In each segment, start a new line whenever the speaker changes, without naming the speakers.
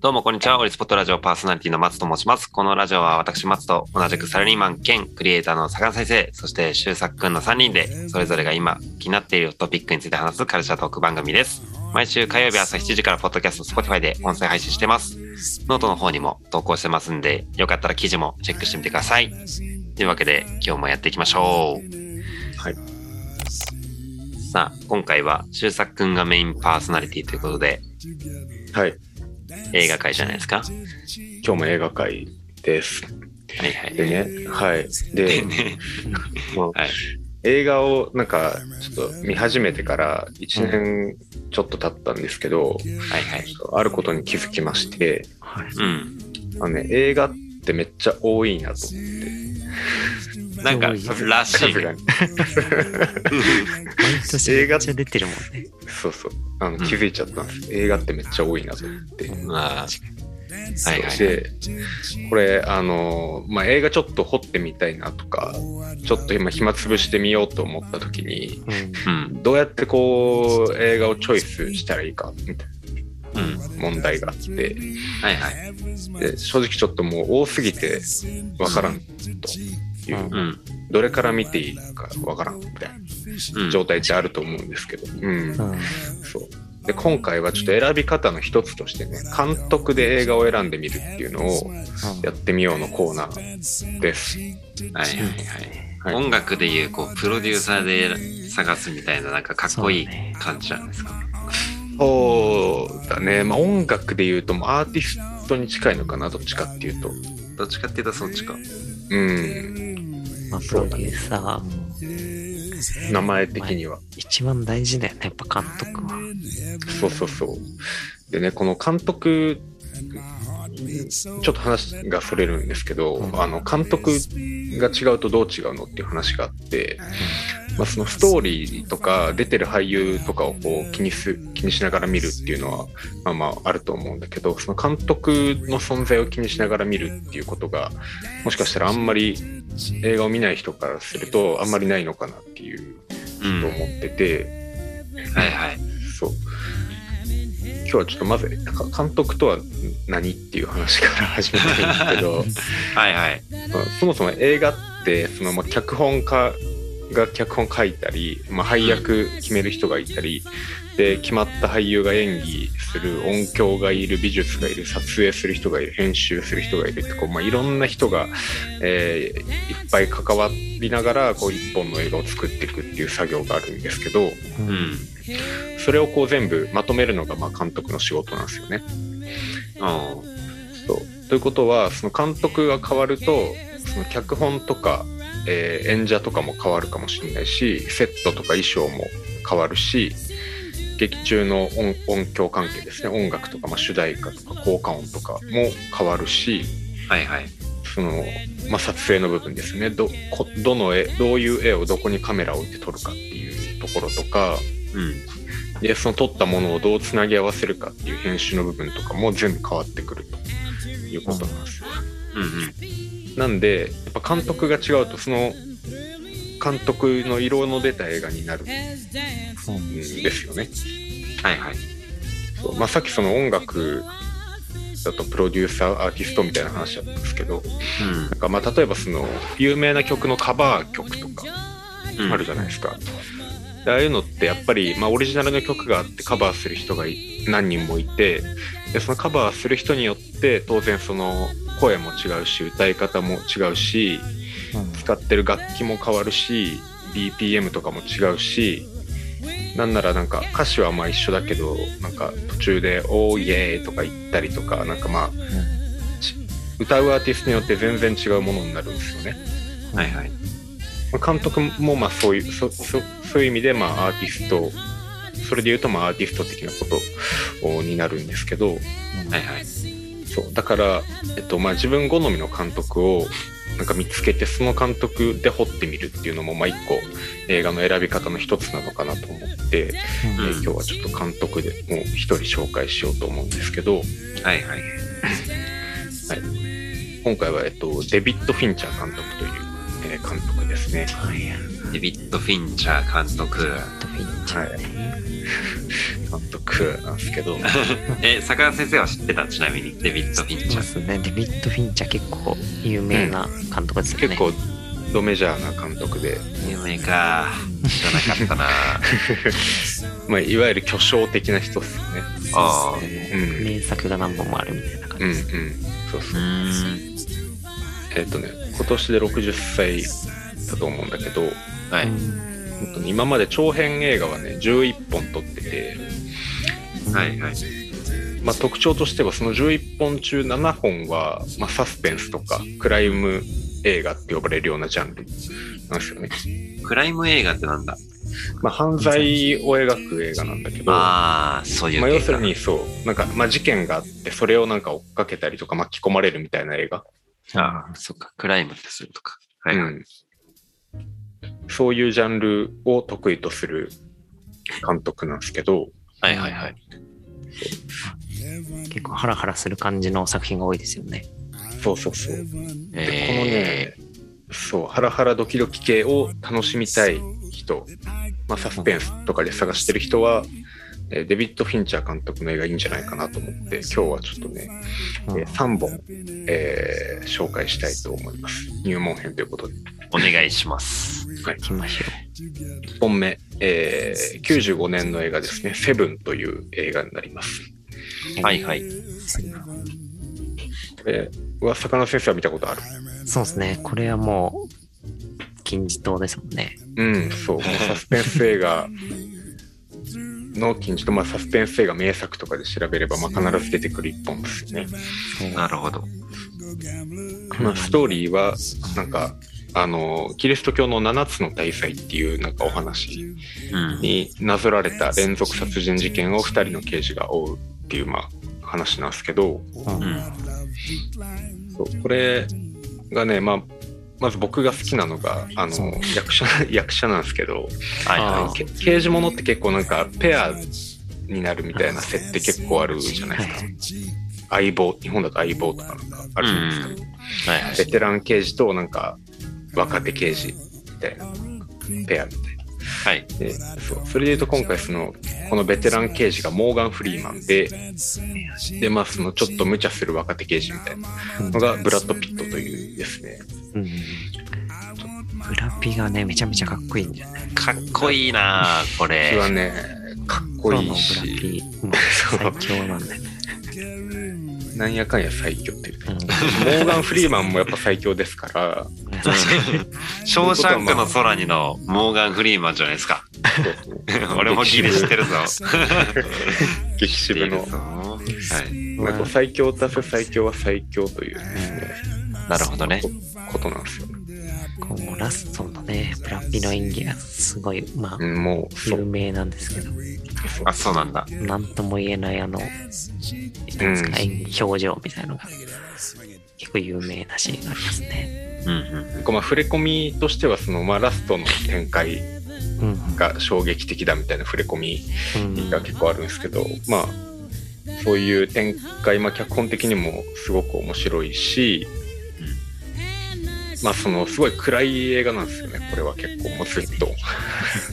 どうもこんにちは。オリスポットラジオパーソナリティの松と申します。このラジオは私松と同じくサラリーマン兼クリエイターの坂野先生、そして周作くんの3人で、それぞれが今気になっているトピックについて話すカルチャートーク番組です。毎週火曜日朝7時からポッドキャスト Spotify で音声配信してます。ノートの方にも投稿してますんで、よかったら記事もチェックしてみてください。というわけで今日もやっていきましょう。
はい。
さあ、今回は周作くんがメインパーソナリティということで、
はい。
映画会じゃないですか。は
今日も映画会です。
いはい。
でね、はい。で、
ね
もう
はい。
映画をなんか、ちょっと見始めてから1年ちょっと経ったんですけど、
はいはい。
あることに気づきまして、
うん。
あのね、映画ってめっちゃ多いなと思って。
なんか
すご、い
らしい
数
ね。
がね。
毎年めっちゃ出てるもんね。
そうそう。あの、
うん
気づいちゃったんです。映画ってめっちゃ多いなと思って。
うん
あーはいはい。
で、これ、あの、まあ、映画ちょっと掘ってみたいなとか、ちょっと今暇つぶしてみようと思った時に、
うん
うん。
どうやってこう映画をチョイスしたらいいかみたい
うん。
な問題があって
はいはい。
で正直ちょっともう多すぎてわからんという、
うん
うん。
どれから見ていいかわからんみたい
うん
な状態ってあると思うんですけど、うん
うん
そうで今回はちょっと選び方の一つとしてね監督で映画を選んでみるっていうのをやってみようのコーナーです。
はいはいはい。
はい
音楽でいう、こう、プロデューサーで探すみたいな、なんかかっこいい
そうね
感じなんですか。
そうだね、まあ、音楽で言うともうアーティストに近いのかなどっちかっていうと。
どっちかっていうとそっちか。
うん、
まあ、プロデューサーも
名前的には。
一番大事だよね、やっぱ監督は。
そうそうそう。でね、この監督、ちょっと話がそれるんですけど、
うん
あの監督が違うとどう違うのっていう話があって、まあ、そのストーリーとか出てる俳優とかをこう気にす気にしながら見るっていうのは、まあ、まああると思うんだけどその監督の存在を気にしながら見るっていうことがもしかしたらあんまり映画を見ない人からするとあんまりないのかなっていう
うん。
と
はい
思ってて。
はい。
そう。今日はちょっとまず、なんか監督とは何っていう話から始めたいんです
はいはい。
けど、まあそもそも映画って、そのまあ脚本家が脚本書いたり、まあ、配役決める人がいたり、で、決まった俳優が演技する、音響がいる、美術がいる、撮影する人がいる、編集する人がいるって、こう、まあ、いろんな人が、えーいっぱい関わりながら、こう、一本の映画を作っていくっていう作業があるんですけど、
うん。
それをこう全部まとめるのがまあ監督の仕事なんですよね。
おう
そうということはその監督が変わるとその脚本とか、えー演者とかも変わるかもしれないしセットとか衣装も変わるし劇中の音音響関係ですね音楽とか、まあ、主題歌とか効果音とかも変わるし
はいはい。
その、まあ、撮影の部分ですねどこどの絵どういう絵をどこにカメラを置いて撮るかっていうところとか
うん。
でその撮ったものをどうつなぎ合わせるかっていう編集の部分とかも全部変わってくるということなんですよ。
うん
なんでやっぱ監督が違うとその監督の色の出た映画になるんですよね。
うん。はいはい。
そうまあ、さっきその音楽だとプロデューサーアーティストみたいな話だったんですけどなんかまあ例えばその有名な曲のカバー曲とか
うん。
あるじゃないですか。でああいうのってやっぱり、まあ、オリジナルの曲があってカバーする人がい何人もいてでそのカバーする人によって当然その声も違うし歌い方も違うし使ってる楽器も変わるし BPM とかも違うしなんならなんか歌詞はまあ一緒だけどなんか途中で「おーイエーイ!」とか言ったりとかなんかまあち歌うアーティストによって全然違うものになるんですよね。
はいはい。
まあ監督もまあそういうそそそういう意味でまあアーティストそれで言うとまあアーティスト的なことになるんですけど
はいはい。
そうだから、えっとまあ、自分好みの監督をなんか見つけてその監督で掘ってみるっていうのもまあ一個映画の選び方の一つなのかなと思って、え
うん
ー今日はちょっと監督でもう一人紹介しようと思うんですけど
はいはい。
今回は、えっと、デビッド・フィンチャー監督という、えー監督ですね。
はい。
デビッド・フィンチャー監督。
ドフィンチャーね。
監督なんですけ ど
え、坂田先生は知ってたちなみに、デビッド・フィンチャ
そ
ー
うで。すね。デビッド・フィンチャー結構有名な監督ですよね。
結構ドメジャーな監督で、
有名か。知らなかったな。
まあ、いわゆる巨匠的な人っすね。
ああ
そう。です
う
ね
ん
名作が何本もあるみたいな感
う
じ
んう
で
ん
す。
そうそ
うー
う
ん。
えっ、とね今年で60歳だと思うんだけど
はい。
本当に今まで長編映画はね11本撮ってて、
はいはい。
まあ、特徴としてはその11本中7本は、まあ、サスペンスとかクライム映画って呼ばれるようなジャンルなんですよね、
クライム映画ってなんだ
まあ、犯罪を描く映画なんだけど
ああ、そういう
まあ、
系
要
か
するにそうなんか、まあ、事件があってそれをなんか追っかけたりとか巻き込まれるみたいな映画、
ああ、そっか。クライムってするとか。はい。
うんそういうジャンルを得意とする監督なんですけど、
はいはいはい。
結構ハラハラする感じの作品が多いですよね。
そうそうそう。で、このね
え、
そう、ハラハラドキドキ系を楽しみたい人、まあ、サスペンスとかで探してる人は、えーデビッド・フィンチャー監督の映画いいんじゃないかなと思って、今日はちょっとね、え
うん
3本、えー紹介したいと思います。入門編ということで。
ー、お願いします。
はい、
来ましょ
1本目、えー95年の映画ですね、セブンという映画になります。
はいはい。
これは魚先生は見たことある。
う。そうですね。これはもう、金字塔ですもんね。
うん、そう、もうサスペンス映画の金字と、まあ、サスペンス映画名作とかで調べれば、まあ、必ず出てくる一本ですよね。
なるほど。
まあ、ストーリーは、なんか、あの、キリスト教の7つの大罪っていう、なんかお話
うん。
になぞられた連続殺人事件を2人の刑事が追うっていう、まあ、話なんですけど、
うん。
そうこれがね、まあ、まず僕が好きなのが、あの、役者、役者なんですけど、
はい
あ
は
ー
け刑事ものって結構なんかペアになるみたいな設定結構あるじゃないですか、相棒日本だと相棒とかなんかあるじゃないですか、
うんい。はいはい。
ベテラン刑事となんか若手刑事みたいなペアみたいな
はい。
でそうそれで言うと今回そのこのベテラン刑事がモーガン・フリーマンででまあそのちょっと無茶する若手刑事みたいなのがブラッド・ピットというですね
うん。ブラピがね、めちゃめちゃかっこいいんじゃない
かっこいいなあこ
私は
れ。
ねかっこいい
ソロのブラ
し
ピ、もう最強なんだよね。
なんやかんや最強っていうか
うん
モーガン・フリーマンもやっぱ最強ですから、
ショーシャンクの空にのモーガン・フリーマンじゃないですか。 俺もギリ知ってるぞ。
激渋の
知っているぞはい。
なんか最強足せ最強は最強というですね、
なるほどね。
ことなんですよ。
こうもうラストのね、ブラピの演技がすごい、まあ、
うんもう、そ
有
う。
名なんですけど、
あ、そうなんだ。
なんとも言えないあの、なんですか演技表情みたいなのが、結構有名なシーンがありますね。
うんうん。
まあ、触れ込みとしてはその、まあ、ラストの展開
うん。
が衝撃的だみたいな触れ込み
うん
が結構あるんですけど、まあ、そういう展開、まあ、脚本的にもすごく面白いし、まあ、その、すごい暗い映画なんですよね、これは結構、もうずっと。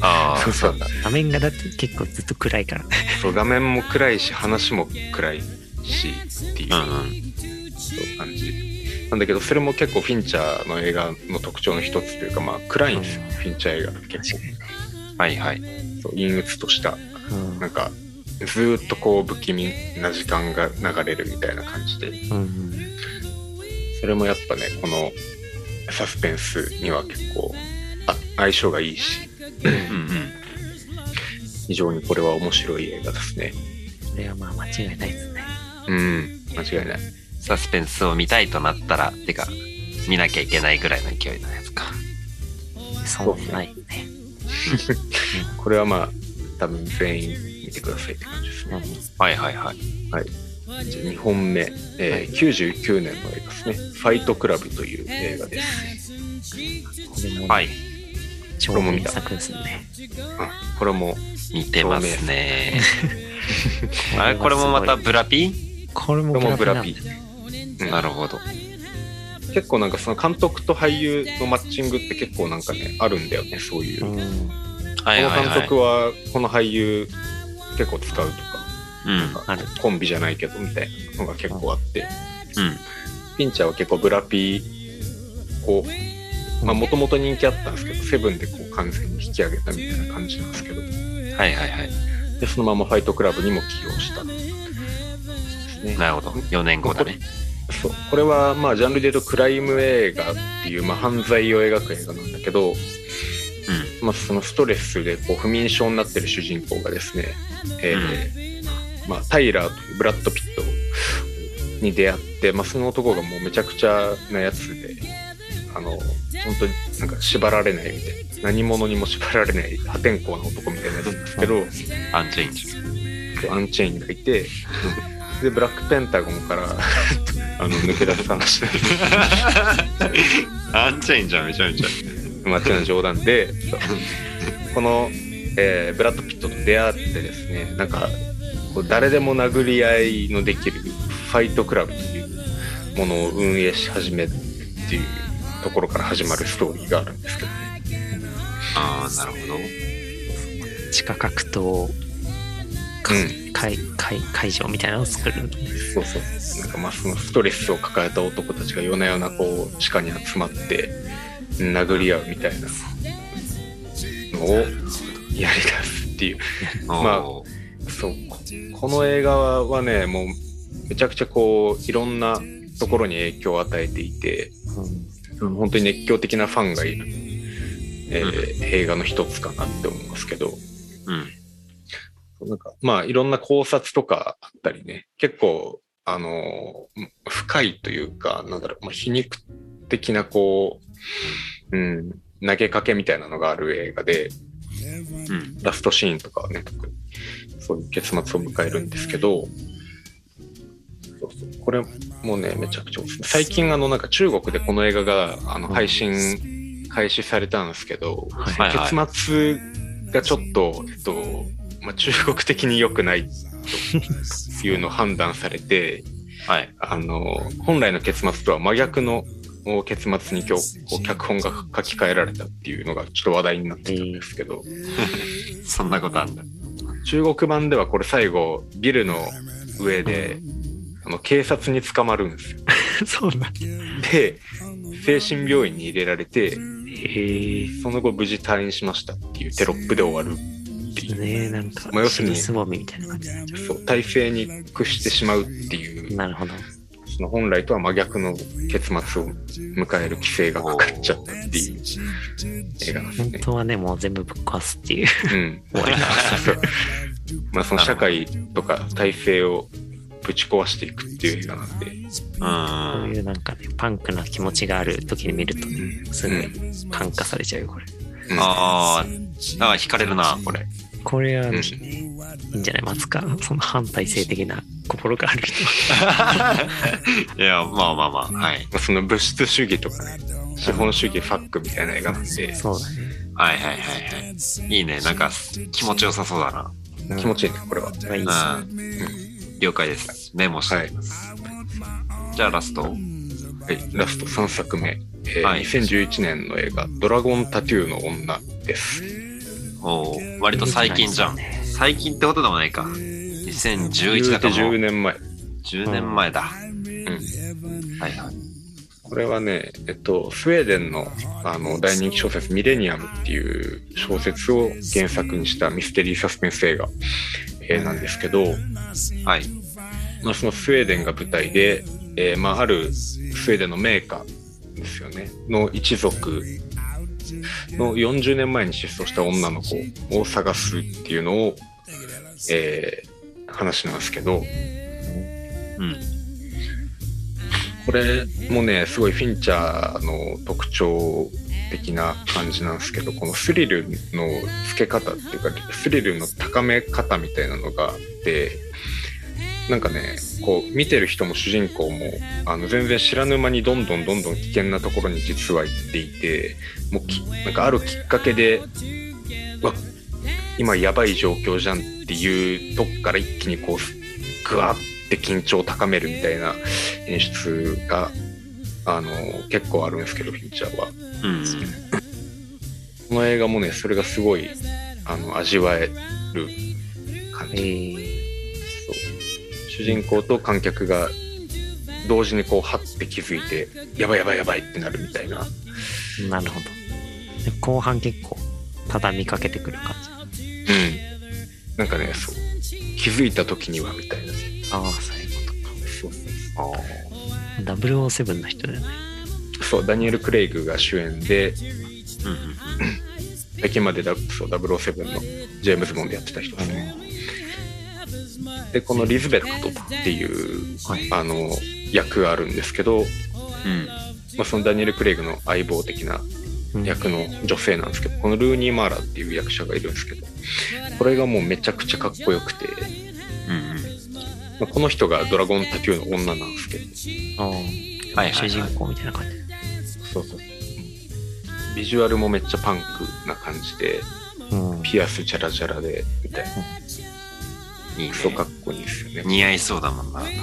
ああ、
そうなんだ。
画面がだって結構ずっと暗いからね。
そう画面も暗いし話も暗いしっていう
う
そうん
うん。
いう感じなんだけどそれも結構フィンチャーの映画の特徴の一つというかまあ暗いんですよフィンチャー映画って結構
はいはい。
そう陰鬱とした
うん
なんかずーっとこう不気味な時間が流れるみたいな感じで
うん。
それもやっぱねこのサスペンスには結構あ相性がいいし
うんうん。
非常にこれは面白い映画ですね
それはまあ間違いないですね。
うん間違いない
サスペンスを見たいとなったら、てか、見なきゃいけないぐらいの勢いのやつか。
そうないね。
これはまあ多分全員見てくださいって感じですね
はいはいはい。
はい。じゃあ2本目、えー99年の映画ですね。ファイトクラブという映画です。
これも、
はい。
超名作ですね。
あこれも、
似てますね。あれこれもまた、ブラピ
これも
これもブ
ブラ
ラピ
ピなんだよね。
うん
なるほど。
結構なんかその監督と俳優のマッチングって結構なんかね、あるんだよね、そういう。
うん。
はいはい
この監
はい
督。はこの俳優結構使うと
うん。うん。
か、
ある
コンビじゃないけどみたいなのが結構あって、
うん。
ピンチャーは結構ブラピこう、まあもともと人気あったんですけど、セブンでこう完全に引き上げたみたいな感じなんですけど、
はいはいはい。
で、そのままファイトクラブにも起用した。ですね。
なるほど。4年後だね。
そうこれはまあジャンルで言うとクライム映画っていう、まあ、犯罪を描く映画なんだけど、まあ、そのストレスでこう不眠症になってる主人公がですね、えーまあ、タイラーというブラッド・ピットに出会って、まあ、その男がもうめちゃくちゃなやつであの本当になんか縛られないみたいな何者にも縛られない破天荒な男みたいなやつなんですけど、
うん。アンチェンジ。
アンチェインがいてでブラックペンタゴンからあの抜け出す話なんです
アンチェンジはめちゃめちゃ。
まあ、ちの冗談でこの、えーブラッド・ピットと出会ってですねなんかこう誰でも殴り合いのできるファイトクラブというものを運営し始めるっていうところから始まるストーリーがあるんですけどね
ああ、なるほど。
地下格闘か会会会場みたいなのを作るんです
そうそうなんかまあそのストレスを抱えた男たちが夜な夜なこう地下に集まって殴り合うみたいなのをやりだすっていうまあ
おー
そうここの映画はねもうめちゃくちゃこういろんなところに影響を与えていて本当に熱狂的なファンがいる、えー映画の一つかなって思いますけど
うん。
なんかまあいろんな考察とかあったりね結構あの深いというかなんだろう、まあ、皮肉的なこう、うん、投げかけみたいなのがある映画で
うん。
ラストシーンとかはね、特にそういう結末を迎えるんですけど、そうそうこれもね、めちゃくちゃおすすめ最近、あの、なんか中国でこの映画があの
うん
配信開始されたんですけど、
はい
はいはい
結末がちょっと、えっと、まあ、中国的に良くないというのを判断されて、
はい。
あの、本来の結末とは真逆の結末に今日、こう脚本が書き換えられたっていうのがちょっと話題になってたんですけど、
そんなことあんだ。
中国版ではこれ最後ビルの上であの警察に捕まるんですよ
そうなんだ
で精神病院に入れられて
へえ
その後無事退院しましたっていうテロップで終わるっていう
ねえなんか
まあ要するに
尻すぼみみたいな感じ
そう体制に屈してしまうっていう
なるほど
その本来とは真逆の結末を迎える規制がかかっちゃったっていう映画なんです
本
ね。
当はねもう全部ぶっ壊すっていう
うん、
終わり
そうまあその社会とか体制をぶち壊していくっていう映画なんで。
う。
そうんいうなんかねパンクな気持ちがある時に見るとねすぐパン化されちゃうよこれ
うん
あーあー、惹かれるな、 これ。
これは、
うん
いいんじゃないますかその反体制的な心がある人
いや、まあまあまあ。はい。
まあその物質主義とかね、資本主義ファックみたいな映画なんで、
そうだね
はいはいはいはい。いいね。なんか、気持ちよさそうだな。
気持ちいいね、これは。
これはいいですね
うん。了解です。メモしておきます。じゃあラスト。うん。
はい、ラスト3作目、えー
はい
2011年の映画、ドラゴンタトゥーの女です。
おー割と最近じゃん。最近ってことでもないか。2011
言
だ
うて
からもう
10年前。
10年前だ。
うん
はいはい。
これはね、えっと、スウェーデンのあの大人気小説、ミレニアムっていう小説を原作にしたミステリーサスペンス映画、えーなんですけど、
はい。
まあ、そのスウェーデンが舞台で、えーまあ、あるスウェーデンの名家ですよねの一族の40年前に失踪した女の子を探すっていうのを、えー話なんですけど
うん。
これもねすごいフィンチャーの特徴的な感じなんですけどこのスリルのつけ方っていうかスリルの高め方みたいなのがあってなんかねこう見てる人も主人公もあの全然知らぬ間にどんどんどんどん危険なところに実は行っていてもうきなんかあるきっかけでうわ今やばい状況じゃんっていうとこから一気にこうグワッて緊張を高めるみたいな演出があの結構あるんですけどフィンチャーは。
うん。
この映画もねそれがすごいあの味わえる感
えー、
そう主人公と観客が同時にこうハッて気づいてやばいやばいやばいってなるみたいな
なるほど。で後半結構畳みかけてくる感じ。
うんなんかねそう気づいた時にはみたいな
ああ、そういうことか。
そう
あー
007の人だよね。
そうダニエル・クレイグが主演で
うんうん
最近までだそう007のジェームズ・ボンドやってた人ですねでこのリズベットっていう、
はい
あの役があるんですけど、
うん
まあ、そのダニエル・クレイグの相棒的な
うん
役の女性なんですけどこのルーニー・マーラっていう役者がいるんですけどこれがもうめちゃくちゃかっこよくて、
うんうん
まあこの人がドラゴンタキューの女なんですけど
あー
はいはいはい
主人公みたいな感じ。
そうそうビジュアルもめっちゃパンクな感じで
うん
ピアスチャラチャラでみたいない
いね
クソかっこいいですよね、
似合いそうだもんな確か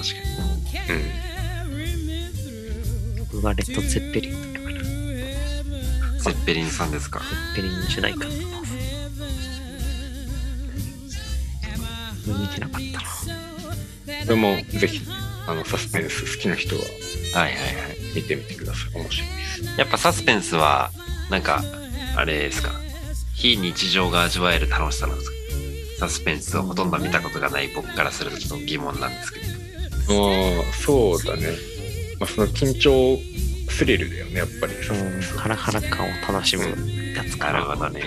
僕がレッド・ゼッペリンだから、ゼ
にゼッペリンさんですか
ッペリン主題歌だったんです。見てなかったな。
うん、でもぜひあのサスペンス好きな人は
はいはいは
見てみてください面白いです
いやっぱサスペンスはなんかあれですか非日常が味わえる楽しさなんですかサスペンスをほとんど見たことがない僕からするとちょっと疑問なんですけど
ああそうだね、まあ、その緊張スリルだよねやっぱりサスペ
うん
ンスは
ハラハラ感を楽しむやつか
なるほ
ら、
どね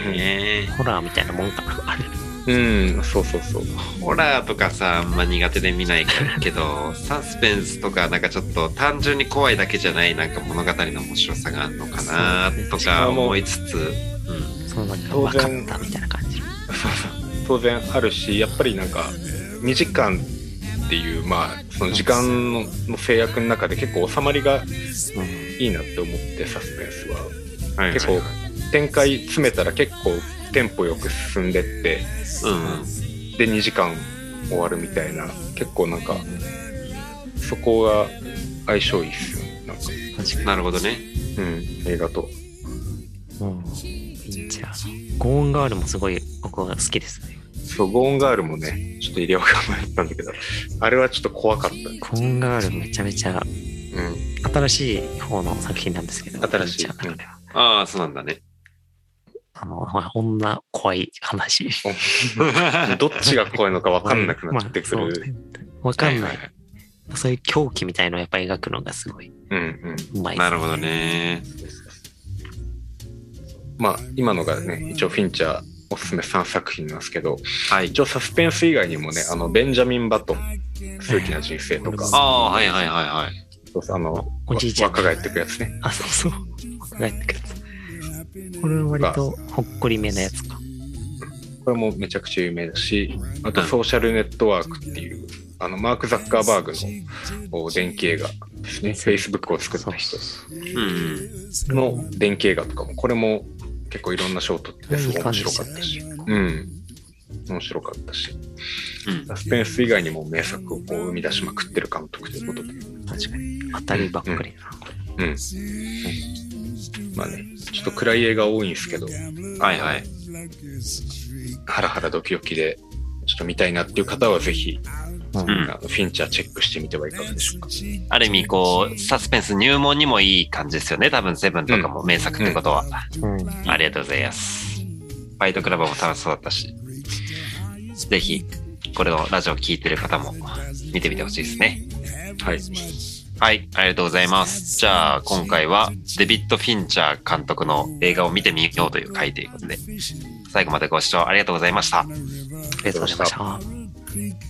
ホラーみたいなもんかな。あれ
うんそうそうそう
ホラーとかさあんま苦手で見ないけどサスペンスとかなんかちょっと単純に怖いだけじゃないなんか物語の面白さがあるのかなとか思いつつ、うん、
そうなんか
当
分か
然
ったみたいな感じの。
そうそう当然あるしやっぱりなんか2時間っていうまあその時間のの制約の中で結構収まりが
うん
いいなって思ってサスペンスは
はいはい
結構展開詰めたら結構テンポよく進んでって
うん
で2時間終わるみたいな結構なんかそこが相性いいっすよねなんか、
確か
うんなるほどね
うん、映画と
に。うん。いいんちゃうゴーンガールもすごい僕は好きですね。
そうゴーンガールもねちょっと入れようか迷ったんだけどあれはちょっと怖かった、
ゴーンガールめちゃめち
う
ゃ
ん、
新しい方の作品なんですけど、
新しい
めっちゃ中では
ああそうなんだね
あの、まあ女怖い話。
どっちが怖いのか分かんなくなって く
まあ
る
そう。ねわかんない,、
はいはい
そういう狂気みたいのをやっぱ描くのがすごい
うんうん。
うまいですね、
なるほどね
まあ、今のがね、一応フィンチャーおすすめ3作品なんですけど、
はい
一応サスペンス以外にもね、あの、ベンジャミン・バトン、数奇な人生と
あ
か、
あはいはいはいはい
そうそうあの、
おじいちゃん
若返ってくやつね。
あ、そうそう。考えてくれた。これは割とほっこりめなやつか。
これもめちゃくちゃ有名だし、あとソーシャルネットワークっていう、あの、マーク・ザッカーバーグのお電気映画ですね。Facebook を作った人
うんうん
の電気映画とかも、これも結構いろんな賞を取ってて、すごい面白かったし。うん。面白かったし。
うん
サスペンス以外にも名作をこう生み出しまくってる監督ということで、
確かに。当たりばっかりだな。
うん。まあね、ちょっと暗い映画多いんですけど、
はいはい
ハラハラドキドキで、ちょっと見たいなっていう方はぜひ、
うん
あのフィンチャーチェックしてみてはいかがでしょうか。
ある意味こうサスペンス入門にもいい感じですよね多分セブンとかも名作ってことは、
うん。
ありがとうございます。ファイトクラブも楽しそうだったし、ぜひ、これをラジオ聞いてる方も見てみてほしいですね。
はい。
はい、ありがとうございます。じゃあ、今回はデビッド・フィンチャー監督の映画を見てみようという回ということで、最後までご視聴ありがとうございました。
ありがとうございました。
Creek